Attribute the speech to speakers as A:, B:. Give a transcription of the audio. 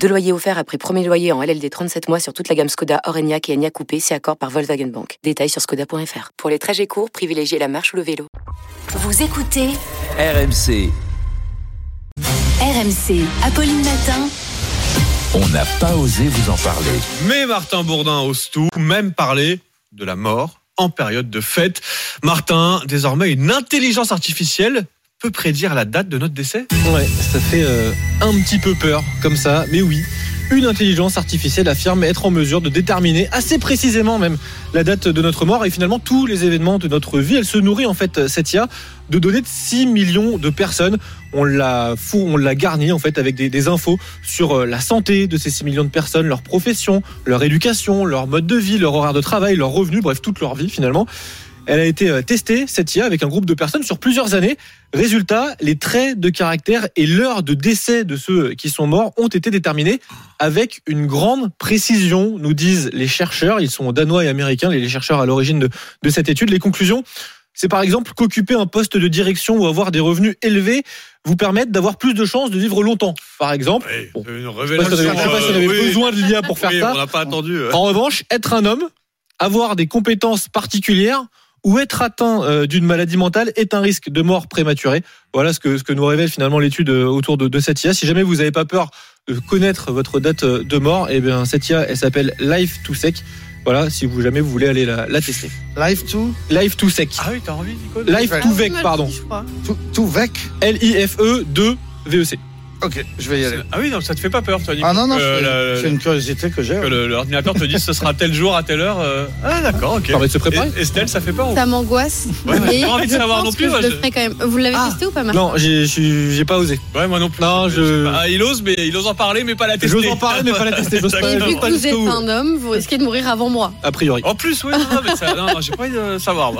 A: Deux loyers offerts après premier loyer en LLD 37 mois sur toute la gamme Skoda, Orenia et Enya Coupé, si accord par Volkswagen Bank. Détails sur skoda.fr. Pour les trajets courts, privilégiez la marche ou le vélo.
B: Vous écoutez
C: RMC,
B: RMC, Apolline Matin.
C: on n'a pas osé vous en parler.
D: Mais Martin Bourdin ose tout, même parler de la mort en période de fête. Martin, désormais, une intelligence artificielle peut prédire la date de notre décès
E: Ouais, ça fait euh, un petit peu peur comme ça, mais oui. Une intelligence artificielle affirme être en mesure de déterminer assez précisément même la date de notre mort et finalement tous les événements de notre vie. Elle se nourrit en fait, cette IA, de données de 6 millions de personnes. On l'a fou, on l'a garni en fait avec des, des infos sur euh, la santé de ces 6 millions de personnes, leur profession, leur éducation, leur mode de vie, leur horaire de travail, leurs revenus, bref, toute leur vie finalement. Elle a été euh, testée, cette IA, avec un groupe de personnes sur plusieurs années. Résultat, les traits de caractère et l'heure de décès de ceux qui sont morts ont été déterminés avec une grande précision, nous disent les chercheurs. Ils sont danois et américains, les chercheurs à l'origine de, de cette étude. Les conclusions, c'est par exemple qu'occuper un poste de direction ou avoir des revenus élevés vous permettent d'avoir plus de chances de vivre longtemps, par exemple. Bon.
D: euh, Une
E: Je sais pas si on avait- je sais pas si on avait
D: euh, oui.
E: besoin de l'IA pour faire
D: Oui,
E: ça.
D: on n'a pas attendu. euh.
E: En revanche, être un homme, avoir des compétences particulières ou être atteint euh, d'une maladie mentale est un risque de mort prématurée. Voilà ce que, ce que nous révèle finalement l'étude euh, autour de, de cette IA. Si jamais vous n'avez pas peur de connaître votre date euh, de mort, eh bien, cette IA, elle s'appelle Life to Sec. Voilà, si vous jamais vous voulez aller la, la tester.
F: Live to
E: Life to Sec.
D: Ah oui, t'as envie, Nico de-
E: Life to Vec, pardon.
F: to, to Vec.
E: L-I-F-E 2 VEC.
F: Ok, je vais y aller.
D: Ah oui, non, ça te fait pas peur, toi, Nico
F: Ah non, non,
D: que
F: c'est-
D: euh, la-
F: c'est une curiosité que j'ai.
D: que le- l'ordinateur te dise ce sera tel jour à telle heure. euh. Ah d'accord, ok.
E: Permet de se préparer.
D: Et- Estelle, ça fait peur ou
G: Ça m'angoisse.
D: Ouais, j'ai
G: Et
D: pas envie de
G: je
D: savoir
G: pense
D: non
G: que
D: plus, moi,
G: Je
D: je-
G: le ferai quand même. Vous l'avez
E: Ah.
G: testé ou pas, Marc
E: Non, j'ai- j'ai j'ai pas osé.
D: Ouais, moi non plus.
E: Non, je-
D: Ah, il ose, mais il ose en parler, mais pas la tester.
E: J'ose en parler, mais pas la tester. j'ose pas-
G: Et
D: non,
G: vu
E: j'ose pas
G: que vous
E: jusqu'au
G: êtes
E: bout,
G: un homme, vous risquez de mourir avant moi.
E: A priori.
D: En plus, ouais, non, non, mais ça, non, j'ai pas envie de savoir. moi.